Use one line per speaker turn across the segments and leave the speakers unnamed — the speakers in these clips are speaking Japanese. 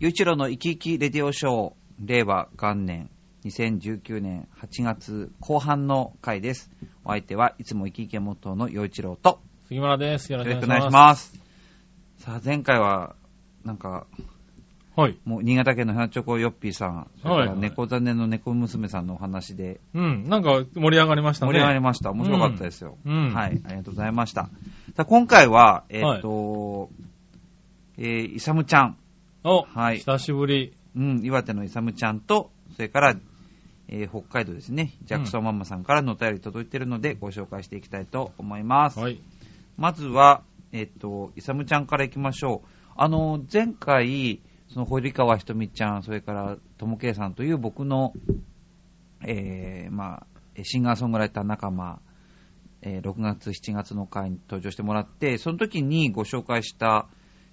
ゆういちろうの生き生きレディオショー、令和元年2019年8月後半の回です。お相手はいつも生き生き元のゆういちろうと、
杉村です。よ
よ
ろ
ろ
し
し
く
く
お
お願
願
い
いし
し
ま
ます。さあ、前回は、なんか、
す。はい。
もう新潟県のヘナチョコヨッピーさん、それか
は
ら
い
猫座ねの猫娘さんのお話で
うん。なんか盛り上がりましたね。
盛り上がりました。面白かったですよ。
うんうん
はい、ありがとうございました。さあ、今回は、えーっと、えー、イサムちゃん、
お、
はい
久しぶり。
うん、岩手のイサムちゃんと、それから、えー北海道ですね、ジャクソンママさんからのお便り届いてるので、ご紹介していきたいと思います。
はい。
まずは、えっと、イサムちゃんからいきましょう。あの、前回、その、堀川ひとみちゃん、それから、ともけいさんという僕の、えー、まあ、シンガーソングライター仲間、えー6月、7月の回に登場してもらって、その時にご紹介した、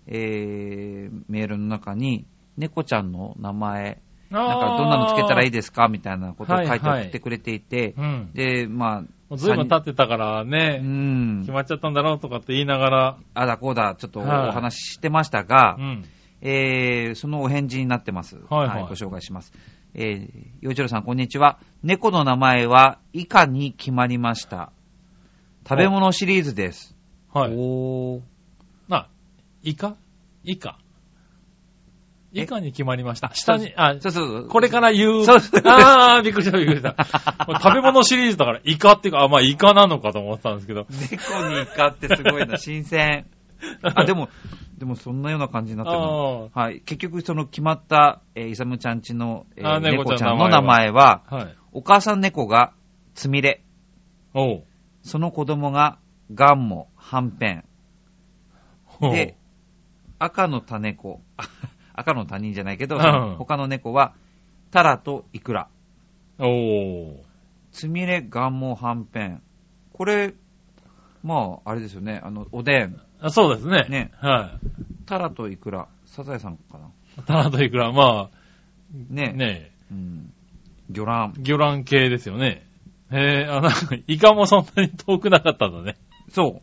えー、メールの中に、猫ちゃんの名前、なんかどんなのつけたらいい
で
ですかみたいなことを書いて
はい
送
はい
ってくれていて、
うん。
で、ま
も
あ、
う随分経ってたから
たう
ね、
ん
決、まっちゃったんだろうとかって言いながら、
あだこうだ、ちょっとお
はい
話ししてましたが、
うん。
えーそのお返事になってます。
はいはい
ご紹介します。えー、洋一郎さん、こんにちは。猫の名前は以下に決まりました。食べ物シリーズです。
はい。
おー
あ、イカイカ。
え
イカに決まりました。下に、あ、
そうそうそう。
これから言う。
そうそう
あー、びっくりした、びっくりした。食べ物シリーズだから、イカっていうか、あ、まあ、イカなのかと思ってたんですけど。
猫にイカってすごい な、新鮮。あ、でも、でもそんなような感じになってるな
あ
はい。結局、その決まった、えー、イサムちゃんちの、えー
あー
猫
猫
ち
ち
ゃ
ゃ
ん
ん
の
の
名
名
前は、
ー。はい。
お母さん猫がつみれ、
おう。
その子供がガンモ、ハンペン、
おう
で、赤の他猫、あ 赤の他人じゃないけど、
うん
他の猫は、タラとイクラ、
おう。
つみれ、ガンモ、はんぺん。これ、まあ、あれですよね、あの、おでん、
あそうですね。
ね
は
タラとイクラ、サザエさんかな。
い。タラとイクラ、まあ、
ね、
ね
うん。魚卵。
魚卵系ですよね。へえ、あ、なんか、イカもそんなに遠くなかったんだね。
そ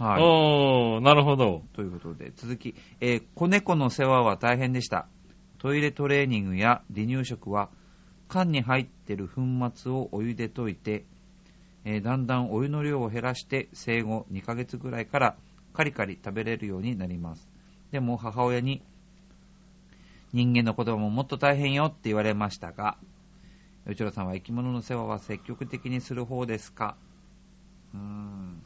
う。はい。
おー、なるほど。
ということで、続き、えー子猫の世話は大変でした。トイレトレーニングや離乳食は、缶に入ってる粉末をお湯で溶いて、えーだんだんお湯の量を減らして生後2ヶ月ぐらいからカリカリ食べれるようになりますでも母親に人間の子供ももっと大変よって言われましたが与一郎さんは生き物の世話は積極的にする方ですかうーん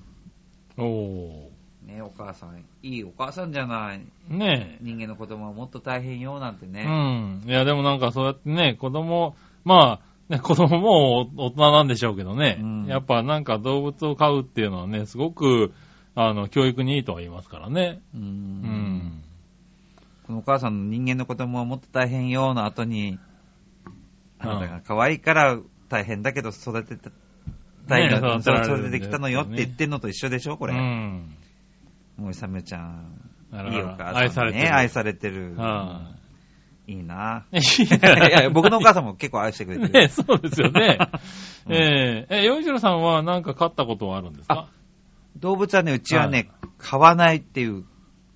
お
ねお母さんいいお母さんじゃない
ー。ね
人間の子供はもっと大変よなんて
え。
ね、
うん。いや、でもなんかそうやってね、子供、まあ、ね、子供も大人なんでしょうけどね、
うん
やっぱなんか動物を飼うっていうのはね、すごく、あの、教育にいいとは言いますからね。
うーん
うん。
このお母さんの人間の子供はもっと大変よの後に、あ
うん
なたが可愛いから大変だけど育てた、大変だ
ね
そ
育
う
てられるんだよ
育ててきたのよって言ってんのと一緒でしょ、こ
う
れ。
ん。
もうイサムちゃん、
あら
いいお母さん、ね。
愛されてる。
愛されてる。
はい
いな
い。
い やいや、僕のお母さんも結構愛してくれてる。。
ねえ、そうですよね
うん
えええ、洋一郎さんはなんか飼ったことはあるんですか
動物はね、うちはね、買わないっていう、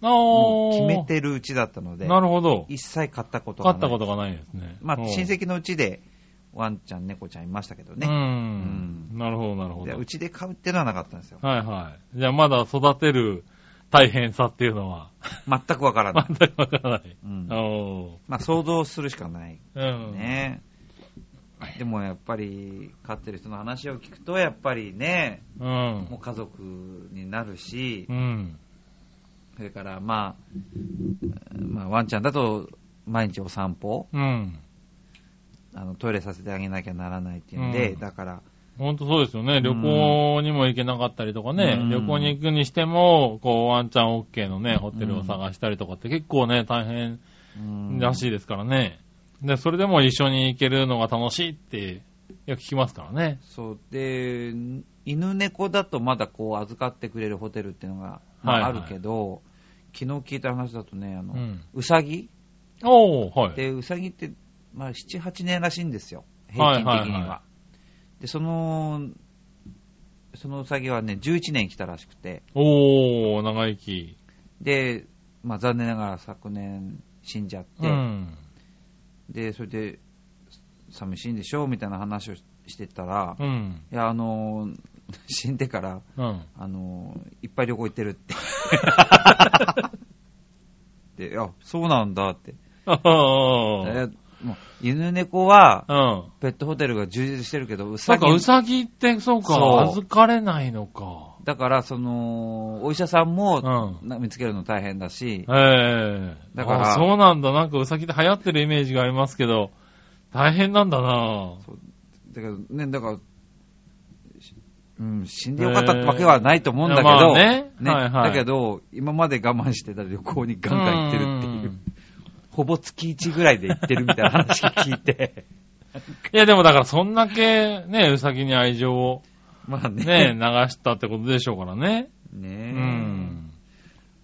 あ
もう
ー
決めてるうちだったので、
なるほど。
一切買ったこと
飼
が
っ
な
た
い。
ことがないですね。
まあ、
うん
親戚のうちで、ワンちゃん、猫ちゃんいましたけど
う
ね。
ん。なるほど、なるほ
で
ど。
うちで買うっていうのはなかったんですよ。
はいはい。じゃあまだ育てる大変さっていうのは、
全くわからない。
全くわからない。
うん
お
まあ、想像するしかない
ーうん。
ね。でもやっぱり、飼ってる人の話を聞くと、やっぱりね、
うん
もう。家族になるし
う、ん。
それからまあ、まあ、ワンちゃんだと毎日お散歩、
うん。
あのトイレさせてあげなきゃならないっていうんで、
うん
だから、
ほんとそうですよね。旅行にも行けなかったりとかね、
うん
旅行に行くにしても、こう、ワンチャン OK のね、ホテルを探したりとかって結構ね、大変
うん
らしいですからね。で、それでも一緒に行けるのが楽しいって、よく聞きますからね。
そうで犬猫だとまだこう預かってくれるホテルっていうのが、まあ
はいはい
あるけど昨日聞いた話だとねあの、
うん
うさぎ
おー、はい。
でうさぎって、まあ、78年らしいんですよ平均的には,、
はいはいは
でそのそのうさぎはね11年来たらしくて
おー、長生き。
で、まあ、残念ながら昨年死んじゃって、
うん。
で、それで、寂しいんでしょみたいな話をししてたら、
うん。
いや、あの ー死んでから、
うん。
あのーいっぱい旅行行ってる って。で、いや、そうなんだって。
ああ
えもう犬猫は、
うん。
ペットホテルが充実してるけど、う
そ
さ
う
ぎ
か、うさぎって、そう
そう
か、預かれないのか。
だから、その、お医者さんも、
うん。
な見つけるの大変だし、
ええ
だから
あそうなんだ。なんかうさぎって流行ってるイメージがありますけど、大変なんだな
だけどね、だから、しうん、死んでよかったってわけはないと思うんだけど、
えーまあねはいはい
だけど、今まで我慢してた旅行にガンガン行ってるっていう、ほぼ月1ぐらいで行ってるみたいな話聞い て、
いや、でもだからそんだけ、ね、うさぎに愛情を
まあね、
ね、流したってことでしょうからね。
ね
う
え
ん。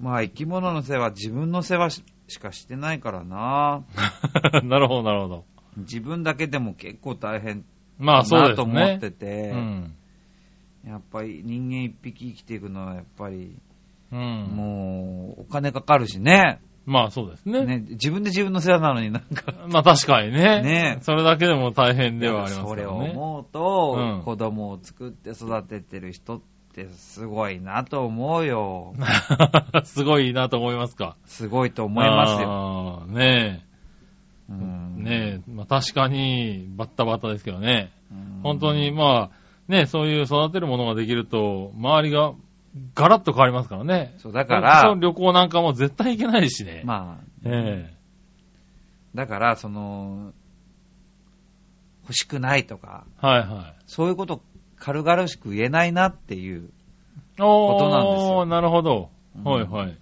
まあ生き物の世話、自分の世話ししかしてないからな、
なるほど、なるほど。
自分だけでも結構大変
まあ、そう
だ
で
と
す
思っ
ね。
てて、
うん。
やっぱり人間一匹生きていくのはやっぱり、
うん。
もうお金かかるしね
まあ、そうですね。
ね、自分で自分の世話なのになんか、
まあ、確かにね。
ね
それだけでも大変ではあります
そ
け
れを
どね。
思うと、
うん
子供を作って育ててる人ってすごいなと思うよ。
すごいなと思いますか。
すごいと思いますよ。
よ。ね
う
え。
ん
ねえ。まあ、確かに、バッタバッタですけどね。
うん
本当に、まあ、ねえ、そういう育てるものができると、周りがガラッと変わりますからね。
そう、だから
そ、の旅行なんかも絶対行けないしね。
まあ、
え
だから、その、欲しくないとか、
え。はいは
そういうこと軽々しく言えないなっていう。
い。お
ことなんですよ
ー、なるほど。
うん
はいはい。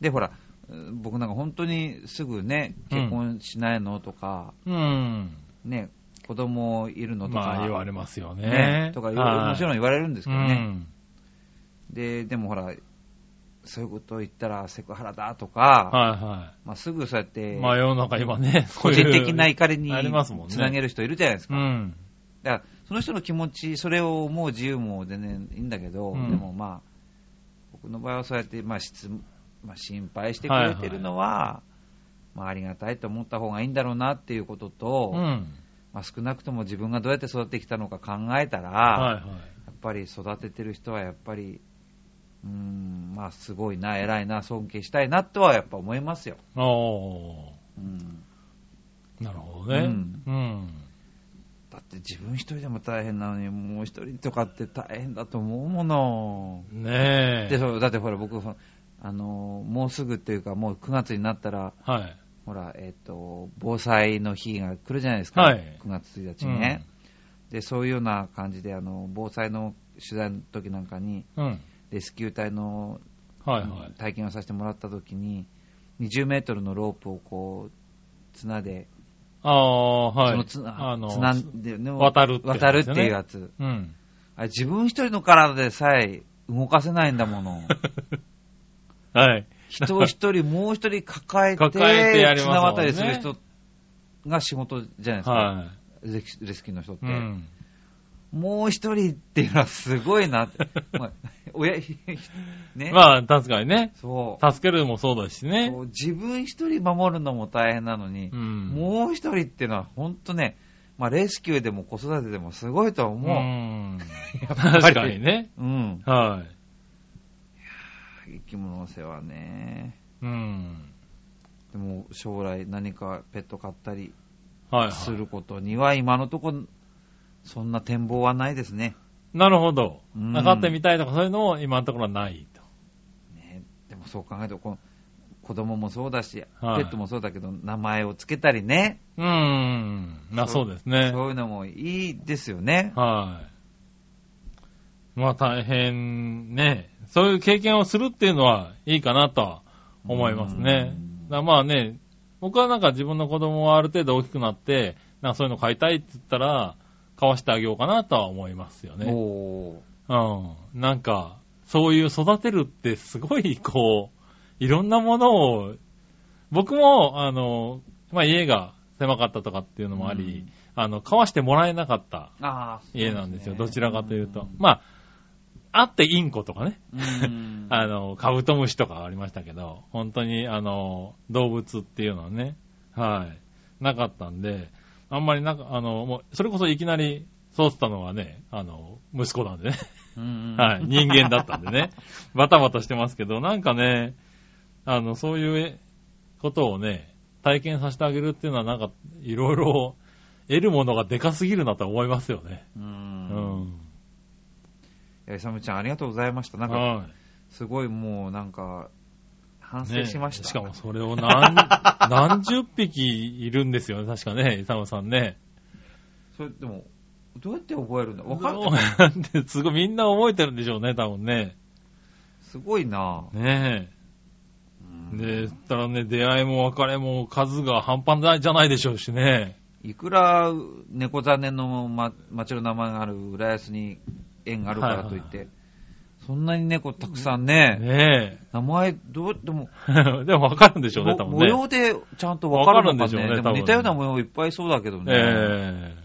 で、ほら、うん僕なんか本当にすぐね、結婚しないのとか、
うん。
ね、子供いるのとか、
まあ、言われますよね。
ね、とか言われ、もちろん
ん
言われるんで
です
けどね。で、でもほら、そういうことを言ったらセクハラだとか、
はいは
まあ、すぐそうやっ
い。
て、
まあ、世の中今ね、
個人的な怒りに
ありますもんね
つなげる人いるじゃないです
う
か。
ん。
だから、その人の気持ち、それを思う自由も全然いいんだけど、
うん
でもまあ、僕の場合はそうやって、まあ質まあ、心配してくれてるのは、まあ、ありがたいと思った方がいいんだろうなっていうことと、
うん。
まあ、少なくとも自分がどうやって育ってきたのか考えたら、
はいはい。
やっぱり育ててる人はやっぱり、うーん、まあすごいな、偉いな、尊敬したいなとはやっぱ思いますよ。
お
うん、
ー。なるほどね。
うん
うん。
だって自分一人でも大変なのに、もう一人とかって大変だと思うもの。
ね
で
え。
そうだってほら僕、あのーもうすぐっていうかもう9月になったら、
はい。
ほら、えっ、と、防災の日が来るじゃないですか。
はい
9月1日にね。で、そういうような感じで、あの、防災の取材の時なんかに、
うん。うん。
レスキュー隊の
はいはい。
体験をさせてもらった時に20メートルのロープをこう綱で、
ああ、はい。
その綱
あの、
綱で、ね、
渡るってやつですよね
渡るっていうやつ
うん。
あれ自分一人の体でさえ動かせないんだも の
はい。
人を一人もう一人抱えて
抱えてやりますもん
綱渡
ね
りする人が仕事じゃないですか、
は
レスレスキューの人って、
い。うん。
もう一人っていうのはすごいな って、まあ、親ね、
まあ、確かにね。
そう
助けるもそうだしね
そ。う自分一人守るのも大変なのに、
うん。
もう一人っていうのは本当ね、まあ、レスキューでも子育てでもすごいとは
う
思
ん。
ぱり
確かにね。
う。うん。
は
生き物の世話ね。
い。うん。
でも将来何かペット飼ったり
はい
す
は
ることには今のところそんな展望はないですね。
い。なるほど。
うん
かってみたいとかそういうのも今のところはないと。
ねでもそう考えるとこの子供もそうだし、
はい
ペットもそうだけど名前をつけたりね、
うん。まあそうですね。
そういうのもいいですよね。
はい。まあ大変ね。そういう経験をするっていうのはいいかなとは思いますね
うん。
だからまあね、僕はなんか自分の子供がある程度大きくなって、なんかそういうの買いたいって言ったら、買わしてあげようかなとは思いますよね。
おー
うん。なんか、そういう育てるってすごいこう、いろんなものを、僕も、あの、まあ家が狭かったとかっていうのもあり、あの、買わしてもらえなかった
あーそう
家なんですよ、どちらかというと。
ん
まあ、あってインコとかね。
うーん
あの、カブトムシとかありましたけど、本当に、あの、動物っていうのはね、はい、なかったんで、あんまりなんか、あの、もう、それこそいきなり、そうしたのはね、あの、息子なんでね、
うん
はい、人間だったんでね、バタバタしてますけど、なんかね、あの、そういうことをね、体験させてあげるっていうのは、なんか、いろいろ、得るものがでかすぎるなと思いますよね。
う。
うんん。
えー、サムちゃんありがとうございました。なんか、
はい。
すごいもうなんか、反省
ね
しました。
しかもそれを 何、何十匹いるんですよね、確かね、イサムさんね。
それでも、どうやって覚えるんだわかんない。
るすごい、みんな覚えてるんでしょうね、多分ね。
すごいなぁ。
ね
うん
え。で、言ったらね、出会いも別れも数が半端ないじゃないでしょうしね。
いくら猫残念の、ま、町の名前がある浦安に縁があるからといって、
は
そんなに猫たくさんね、
ねえ。
名前どう、でも、
でも分かるんでしょうね、多
も
分
模
ね。
様でちゃんとわかるの
わかるんでし
か
ょ
ね。でも
うね多分ね
似たような模様いっぱいいそうだけどね。
え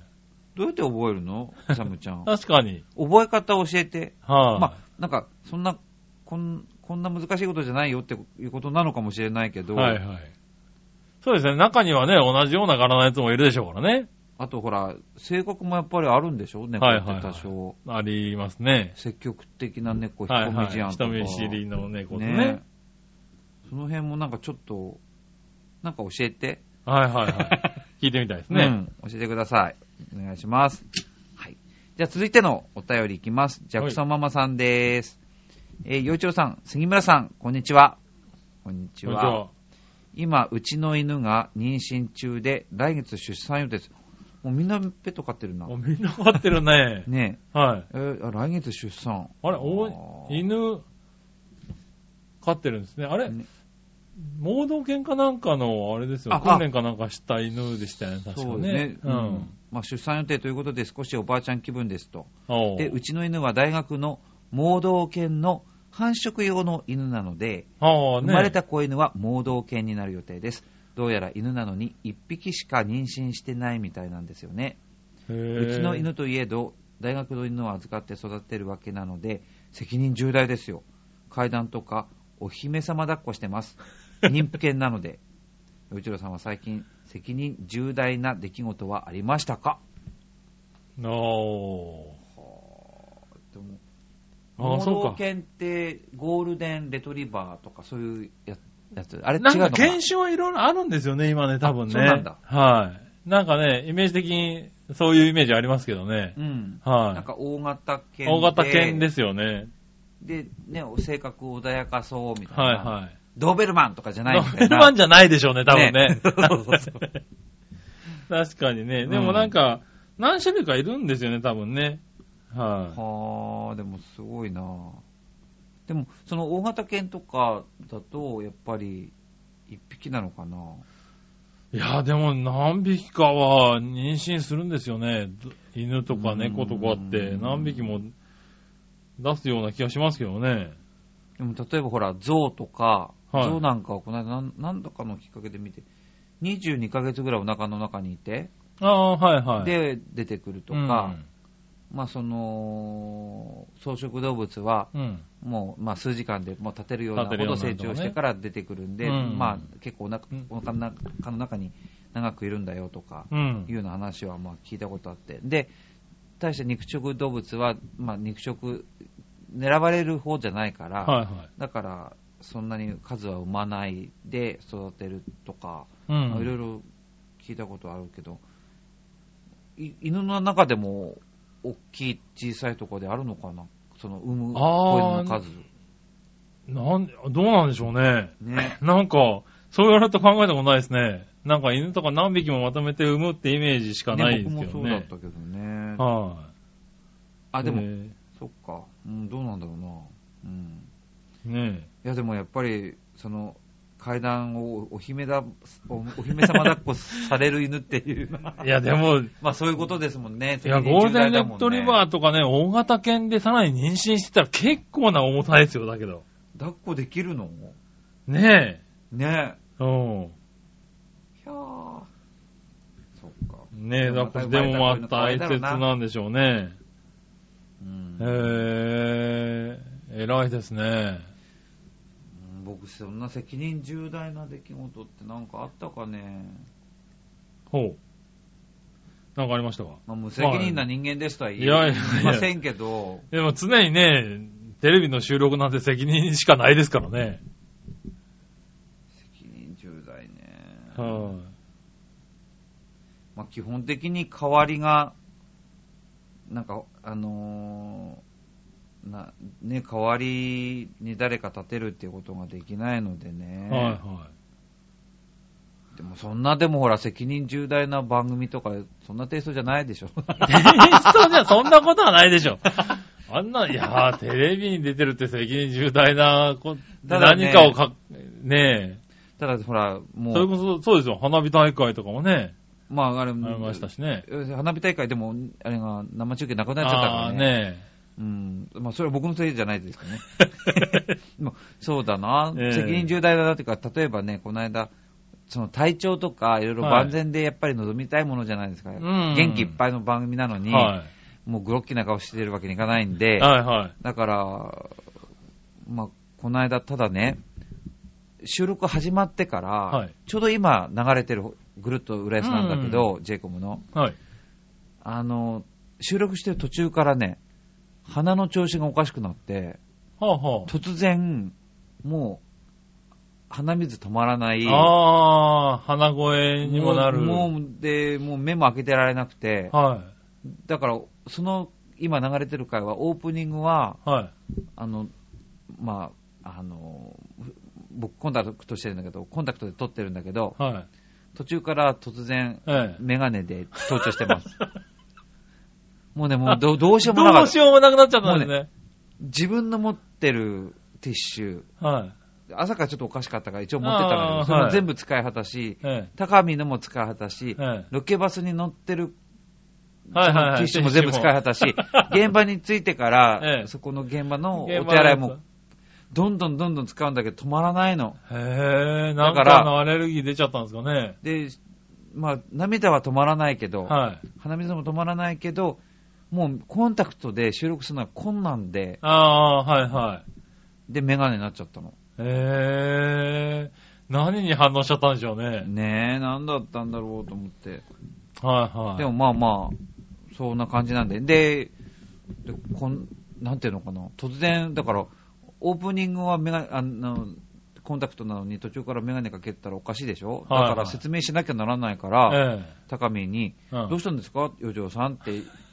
どうやって覚える のサムちゃ
え
ん。
確かに。
覚え方教えて。
はい、
まあ、なんか、そんな、こん、こんな難しいことじゃないよっていうことなのかもしれないけど、
はいはい。そうですね、中にはね、同じような柄のやつもいるでしょうからね。
あとほら、性格もやっぱりあるんでしょ猫
はい
っ
はいは
て
い
多少。
ありますね。
積極的な猫、人
はいは
見
い
知らんとか。
人見知りの猫とね。
ねその辺もなんかちょっと、なんか教えて。
はいはい はい。聞いてみたいですね。
うん。教えてください。お願いします。はい。じゃあ続いてのお便りいきます。ジャクソンママさんです。えー、洋一郎さん、杉村さん、こんにちは。こんにち
こんにち
は。
は。
今、うちの犬が妊娠中で、来月出産予定です。もうみんなペット飼ってるな。
あ。みんな飼ってるね
ね
はい。
え、えーあ来月出産。
あれ、
あ
お
ー
犬、飼ってるんですね。あれ、
ね
盲導犬かなんかの、あれですよ
あ、
訓練かなんかした犬でしたよね、確か
そう
ね。
ね、
う
うん
ん。
まあ、出産予定ということで少しおばあちゃん気分ですと
おう
でうちの犬は大学の盲導犬の繁殖用の犬なので、
あ
生
あ、ね。
まれた子犬は盲導犬になる予定ですどうやら犬なのに1匹しか妊娠してないみたいなんですよね
へ
う
ー
ちの犬といえど大学の犬を預かって育てるわけなので責任重大ですよ階段とかお姫様抱っこしてます 妊婦犬なのでちろさんは最近責任重大な出来事はありましたか
お
でも
ーああ、
盲
そう
導
か。
犬ってゴールデンレトリバーとかそういうややつあれ違う
なん
の
か
かな
犬種はいろいろあるんですよね、今ね、多分ね。
そうなんだ
はい。なんかね、イメージ的に、そういうイメージありますけどね。
うんなん
は
か大型
い。
犬で
大型犬ですよね。
で、ね、性格穏やかそうみたいな、
はいはい。
ドーベルマンとかじゃない
ド
み
ー
た
ベ
い
ル
な
マンじゃないでしょうね、多
ね
分ね。
そうそうそう
確かにね。でもなんか、何種類かいるんですよね、多分ね。はい、
はあ、でもすごいなでも、その大型犬とかだと、やっぱり、一匹なのかない
や、でも何匹かは妊娠するんですよね。ど犬とか猫とかって
うん
何匹も出すような気がしますけどね。
でも、例えばほら、象とか、
はい
象なんかはこの間なん、なんだかのきっかけで見て、22ヶ月ぐらいお腹の中にいて、
ああ、はいはい。
で、出てくるとか、まあ、その、草食動物は、
うん、うん。
もう、まあ、数時間でもう立てるようなほ
立てる
ど
ような
成長してから出てくるんで、
とかねうん
まあ、結構お腹
うん
お腹の中の中に長くいるんだよとか、
うん。
いうような話はまあ聞いたことあって、で、対して肉食動物は、まあ、肉食、狙われる方じゃないから、
はいはい。
だから、そんなに数は産まないで育てるとか、
うん。
まあいろいろ聞いたことあるけど、い犬の中でも、大きい、小さいところであるのかな、その産む子犬の数。
なんどうなんでしょうね。
ね、
なんか、そう言われると考えたことないですね。なんか犬とか何匹もまとめて産むってイメージしかないですけ
ね僕
ど
もそうだっ
ね。
たけどね。
は
あ、
い。
でも、
ね
そっか、うん、どうなんだろうな。うん
ね
いやでもやっぱりその階段をお姫だおお姫様抱っこされる犬っていう のは
いや、でも、い
まあそういうことですもんね。
や、ゴールデンレ
ト
ッドリバーとかね、大型犬でさらに妊娠してたら結構な重さですよ、だけど。
ー。抱っこできるの
ね
ね
え。うん。
え。ひゃー。そっか。
ねえ、
でも
だ
また
からで
生
もまた
まれた子犬の
大切
可愛いだろうな
なんでしょうね。
うん
へえ。偉いですね。
うん僕、そんな責任重大な出来事ってなんかあったかね。
ほう。なんかありましたか
まあ、無責任な人間ですとは言い
いやいやいや
ませんけど、
でも常にね、テレビの収録なんて責任しかないですからね。
責任重大ね。
は
まあ、基本的に代わりが、なんか、あのーなね、代わりに誰か立てるっていうことができないので
い。
ね、
はいは
でもそんなでもほら責任重大な番組とかそんなテイストじゃないでしょ
い。テレストじゃそんなことはないでしょ。あんな、いやー、テレビに出てるって責任重大なこ、
ただ
何
ね
かをか、ね
ただほら
え。
も
それ
う
こそ、そうですよ。花火大会とかもね、
まああれ
ありましたしね。
花火大会でもあれが生中継なくなっちゃったか
ああ
ら
ー
ね
ね
うんまあ、それは僕のせいじゃないですけどね でもそうだな、
ええ
責任重大だなというか例えばねこの間その体調とかいろいろ
はい
万全でやっぱり望みたいものじゃないですか、
ん
元気いっぱいの番組な のに、
は
もうグロッキーな顔してるわけにいかないん
い。
で、
はいはい。
だから、まあ、この間、ただね、収録始まってから、
はい
ちょうど今流れてるぐるっと浦安なんだけど、j イコムの、
はい。
あの、収録してる途中からね、鼻の調子がおかしくなって、
はあは
突然、もう、鼻水止まらない。
あ。ああ、鼻声にもなる。
もう、もうで、もう目も開けてられなくて、
は
だから、その、今流れてる回は、オープニングは、
い。はい。
あの、まあ、あの、ふ僕コンタクトしてるんだけど、コンタクトで撮ってるんだけど、
はい。
途中から突然、
ええ。
メガネで盗聴して ます。もうね、もうどどうしようもな
ど
か
う
っ。
したようもなくなっちゃったんですね。
自分の持ってるティッシュ、
はい。
朝からちょっとおかしかったから一応持ってったんだけ
あ
ど、
ー
それ
は
も
い
全部使い果たし、
え
高見のも使い果たし
え。、え
ロケバスに乗ってる
え。はいはいはい。
ティッシュも全部使い果たし、現場に着いてか
え
ら、
え
そこの現場のお手洗いも。どんどんどんどん使うんだけど止まらないの。
へえ、な
だ
ん
か
からのアレルギー出ちゃったんですかね。
で、まあ、涙は止まらないけど、
はい。
鼻水も止まらないけど、もうコンタクトで収録するのは困難で、
ああ、はいはい。
で、メガネになっちゃったの。
へえ、何に反応しちゃったんでしょうね。
ねえ、なんだったんだろうと思って。
はいはい。
でもまあまあ、そんな感じなんで。で、でこんなんていうのかな、突然、だから、オープニングはメガあの、コンタクトなのに途中からメガネかけたらおかしいでしょだ
はいはい
から説明しなきゃならないから、
え
高見に、
え。うん
どうしたんですか、余剰さんって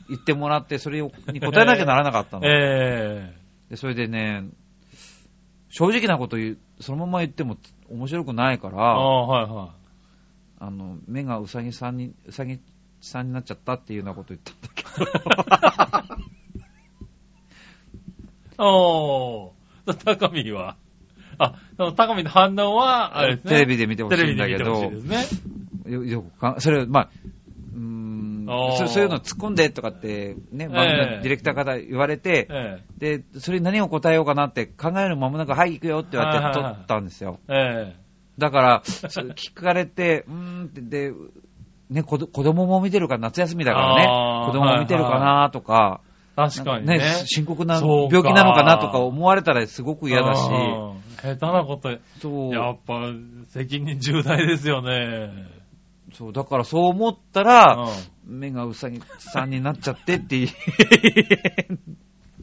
言ってもらって、それに答えなきゃならなかったの。
ええ。
でそれでね、正直なこと言う、そのまま言っても面白くないか
あ
ら、あ
あ、はいはい。
の、目がうさぎさんに、うさぎさんになっちゃったっていうようなこと言ったんだけど、
おー。高見は。あ、その高見の反応は、あれですね。
テレビで見てほしいんだ
テレビで
け
見て
ど
ほしいで、すね。
よよくかそれ、まあ、うーん
あー
そそういうの突っ込んでとかって、ね、番組
ええ
のディレクターから言われて、
ええ。
で、それに何を答えようかなって考える間もなく、はい、行くよって言われ
はい
て
はい
撮
はい
ったんですよ。
え
だから、そう聞かれて、うーんって、で、ね、子ど子供も見てるから、夏休みだから
あ
ね
ー、
子供も見てるかなとか、
え。確かに
な
ね。
ん深刻な
そう
病
か
気なのかなとか思われたらすごく嫌だし、
あー下手なこと、
そう
やっぱ責任重大ですよね。
そう、だからそう思った
う
ら、
ん
目がうさぎさんになっちゃってって言い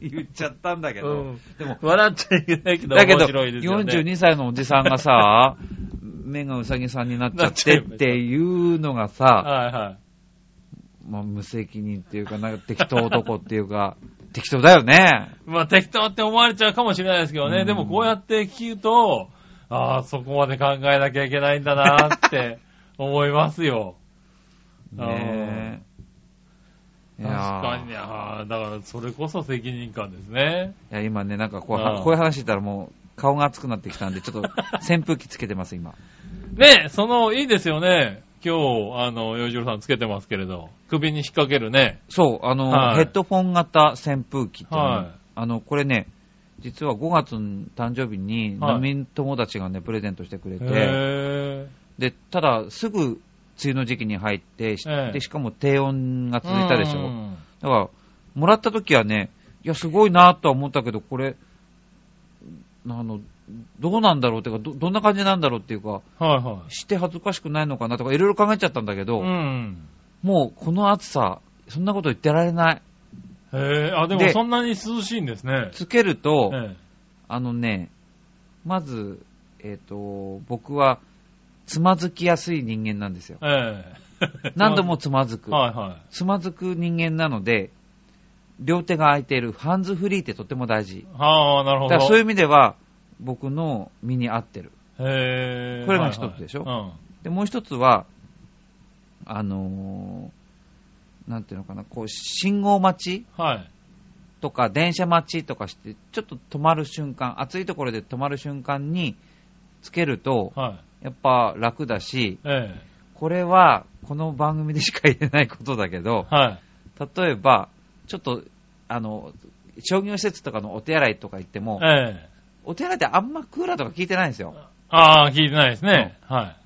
言っちゃったんだけど、
うん
でも、
笑っちゃいけないけど、
だけど、
面白いですよね。
42歳のおじさんが さ、目がうさぎさんになっちゃってっていうのがさ、
はいはい。
まあ、無責任っていうか、なんか適当男っていうか、 適当だよね。
まあ適当って思われちゃうかもしれないですけど
う
ね。
ん
でもこうやって聞くと、ああ、そこまで考えなきゃいけないんだなって 思いますよ。
ねえ。
確かに
い
ね。
や
ああ、だからそれこそ責任感ですね。
ーいや今ね、なんかこう、
うん
はこういう話してたらもう顔が熱くなってきたんで、ちょ っと扇風機つけてます、今。
ね、その、いいですよね。今日、あの、洋次郎さんつけてますけれど、首に引っ掛けるね。
そう、あの、
はい
ヘッドフォン型扇風機っていうの、
はい
あの、これね、実は5月の誕生日に
はい
飲み友達がね、プレゼントしてくれて、
へ
で、ただ、すぐ梅雨の時期に入って、し
ええ
でしかも低温が
ー
続いたでしょ。
うん
だから、もらった時はね、いや、すごいなとは思ったけど、これ、あの、どうなんだろうっていうか、ど、どんな感じなんだろうっていうか、
はいは
して恥ずかしくないのかなとか、いろいろ考えちゃったんだけ
い。
ど、
うん。
もうこの暑さ、そんなこと言ってられない。
へえ、あ、でも
で
そんなに涼しいんですね。
つけると、
え
あのね、まず、えっ、と、僕は、つまずきやすい人間なんですよ。
え。ええ
何度もつまずく。
はいは
つまずく人間なので、両手が空いているハンズフリーってとっても大事。
い。はあ、な
だ
るほ
か
ど。
らそういう意味では、僕の身に合ってる。
へえ。
これが一つでしょ
はいはい
で、もう一つは、あのーなんていうのかな、こう、信号待ち
うん。はい。
とか電車待ちとかして、ちょっと止まる瞬間、暑いところで止まる瞬間につけると、
はい。
やっぱ楽だし、
え
これはこの番組でしか言えないことだけ
え。
ど、
はい。
例えば、ちょっと、あの、商業施設とかのお手洗いとか行っても、
ええ。
お手洗いってあんまクーラーとか効いてないんですよ。
ああ、聞いてないですね。はい。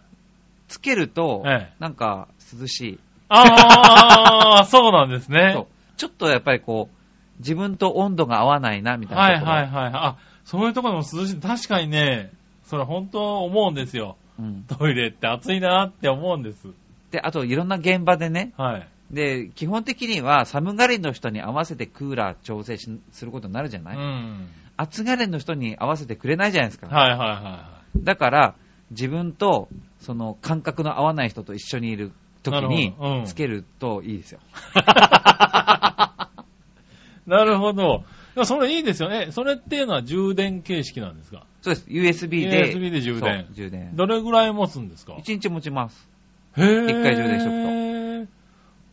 つけると
ええ、
なんか涼しい。
ああ、そうなんですね。
そうちょっとやっぱりこう、自分と温度が合わないな、みたいな
はい
ところ。
はいはい。あ、そういうところでも涼しい。確かにね、それ本当思うんですよ。
うん
トイレって暑いなって思うんです。
で、あといろんな現場でね、
はい。
で、基本的には寒がりの人に合わせてクーラー調整しすることになるじゃ
う
ない、
ん。
暑がりの人に合わせてくれないじゃないですか。
はいはいは
だから、自分と、その、感覚の合わない人と一緒にいる時に
なるほどうん、
つけるといいですよ。
い。なるほど。でもそれいいですよね。それっていうのは充電形式なんですか
そうです。USB で。
USB で充電
そう充電。
どれぐらい持つんですか
1日持ちます。
へぇ
一回充電しと
く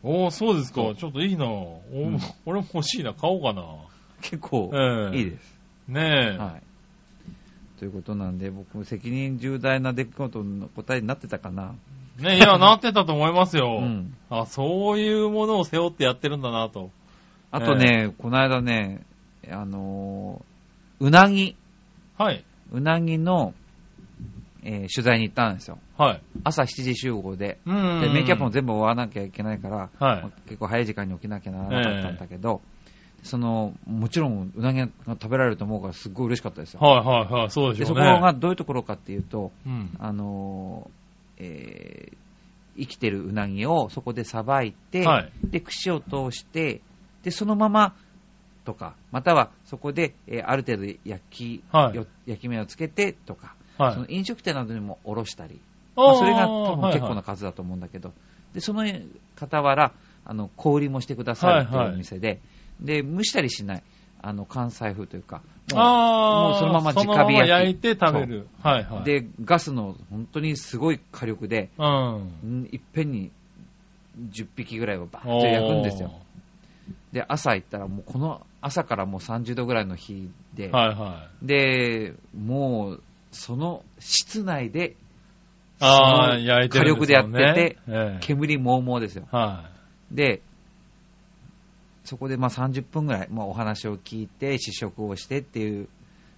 と。おー、そうですか。ちょっといいなお、
ん
俺も欲しいな。買おうかな。
結構、
ええ
いいです。
ねえ。
はい。ということなんで、僕、責任重大な出来事の答えになってたかな。
ねいや、なってたと思いますよ。
うん
あ、そういうものを背負ってやってるんだなと。
あとね、この間ね、あのーうなぎ、
はい。
うなぎの、えー取材に行ったんですよ。
はい。
朝7時集合で。
うんうんうん。
で、メイキャップも全部終わらなきゃいけないから、
はい
まあ結構早い時間に起きなきゃならなかったんだけど、その、もちろん、うなぎが食べられると思うから、すっごい嬉しかったですよ。
はいはいはい、そうでし
で、
ょ
そうこ
ね。
がどういうところかっていうと、
うん。
あのーえー生きてるうなぎをそこでさばいて、
はい
で、串を通して、で、そのまま、とか、またはそこで、えーある程度焼き、
はい
よ焼き目をつけてとか、
はい
その飲食店などにもおろしたり、ま
あ
あ
ー
それが多分結構
はいは
ない数だと思うんだけど、でその傍ら、あの氷もしてくださいって
はいいうはい
お店で、で蒸したりしないあの関西風というか、も
あー
もうそのまま直
そのまま
火焼き
焼いて食べる。はい
う
はい。、
でガスの本当にすごい火力で、
うん。
んいっぺんに10匹ぐらいをバーッと焼くんですよ。で朝行ったらもうこの朝からもう30度ぐらいの日
お
で、
ー。はいはい。
でもうその室内で
ああ、焼いて
火
るん
力
す
でやっ
よ
て
ね
て、
ええ
煙もうもうですよ。
は
で、そこでまあ30分ぐらい、まあ、お話を聞いて、試食をしてっていう、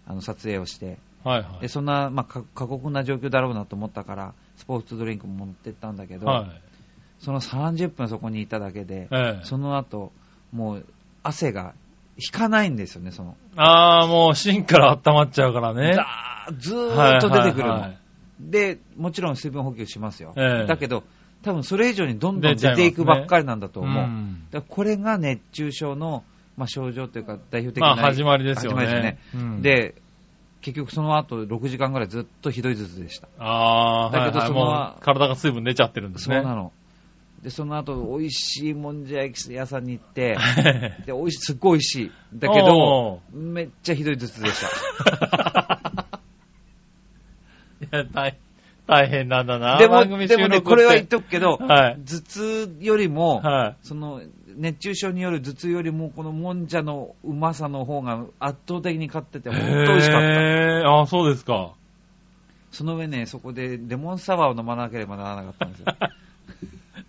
あの撮影をして、
い。はいは
でそんな、まあ、か過酷な状況だろうなと思ったから、スポーツドリンクも持ってったんだけ
い。
ど、
はい。
その30分そこにいただけで、
ええ
その後もう汗が引かないんですよね、その、
ああ、もう芯から温まっちゃうからね。
ザーずーっと出てくるの、
はいはいはい
で、もちろん水分補給しますよ、
ええ
だけど、多分それ以上にどんどん
出ちゃ
出
いますね
ていくばっかりなんだと思う。
ん
だからこれが熱中症の、まあ、症状というか代表的
ま
な、
あ始まりですよね
始まりですよね
うん
で結局その後6時間ぐらいずっとひどい頭痛でした、
ああ、
だけど
はいはい
その
もう体が水分出ちゃってるんです
そう
ね。
なのでその後美味しいもんじゃ焼き屋さんに行 ってで美味しすっごい美味しいだけど
お
めっちゃひどい頭痛でした
いや、大大変なんだな。
でも
番組
で
収
も
録
ねこれは言っとくけど、
はい
頭痛よりも、
はい。
その熱中症による頭痛よりもこのもんじゃのうまさの方が圧倒的に勝ってて本当美味しかった
へーああ、そうですか。
その上ね、そこでレモンサワーを飲まなければならなかったんです よ。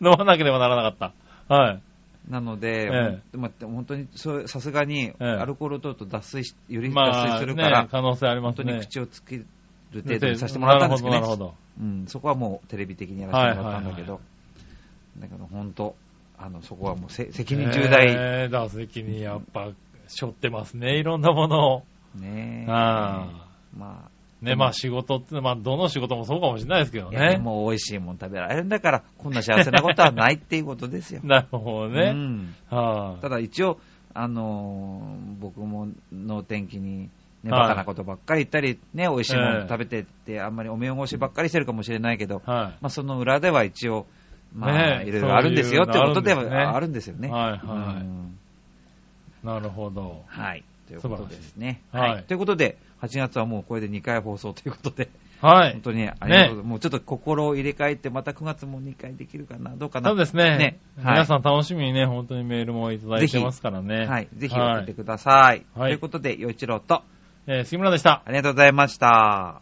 飲まなければならなかった。はい。
なので、
え
ほんま本当にそうさすがに
え
アルコールを取ると脱水し、より脱
ま
水
あ、
するから、
ね、可能性ありま
本
す
当
ね。
に口をつける程度にさせてもらったんですけど,、
なるほど、なるほ
うん、そこはもうテレビ的にやらせてもらったんだけど、だけど本当、あのそこはもうせ責
ど。
任重大、
えー、だから責任やっぱ、背負ってますね、いろんなものを。
ねえ
ああ
ま
ね、まあ仕事って、まあどの仕事もそうかもしれないですけど
あ、いやで
ね。
も美味しいもん食べられるんだから、こんな幸せなことはないっていうことですよ。
なるほど
う
ね。
ん
は
ただ一応、あのー僕も能天気に、ね、
はい
バカなことばっかり言ったり、ね、美味しいもの食べてって、あんまりお目汚しばっかりしてるかもしれないけど、
い。は
まあ、その裏では一応、まあ、
ねえ
いろいろあるんですよってことで
そういうの
はあ
あ
るんですよ
い。
ね。
はいうは
ん
い。なるほど。
はい。ということですね。
素晴らしい
は。
はいい
ということで、8月はもうこれで2回放送ということで、
は
本
い。
当にありがとうございます。もうちょっと心を入れ替えて、また9月も2回できるかな、どうかな。
そうですね
ねはい
皆さん楽しみにね、本当にメールもいただいてますからね。
はい。ぜひ送
は
って
い。
ください。と
はい
いうことで、洋一郎と、
えー杉村でした。
ありがとうございました。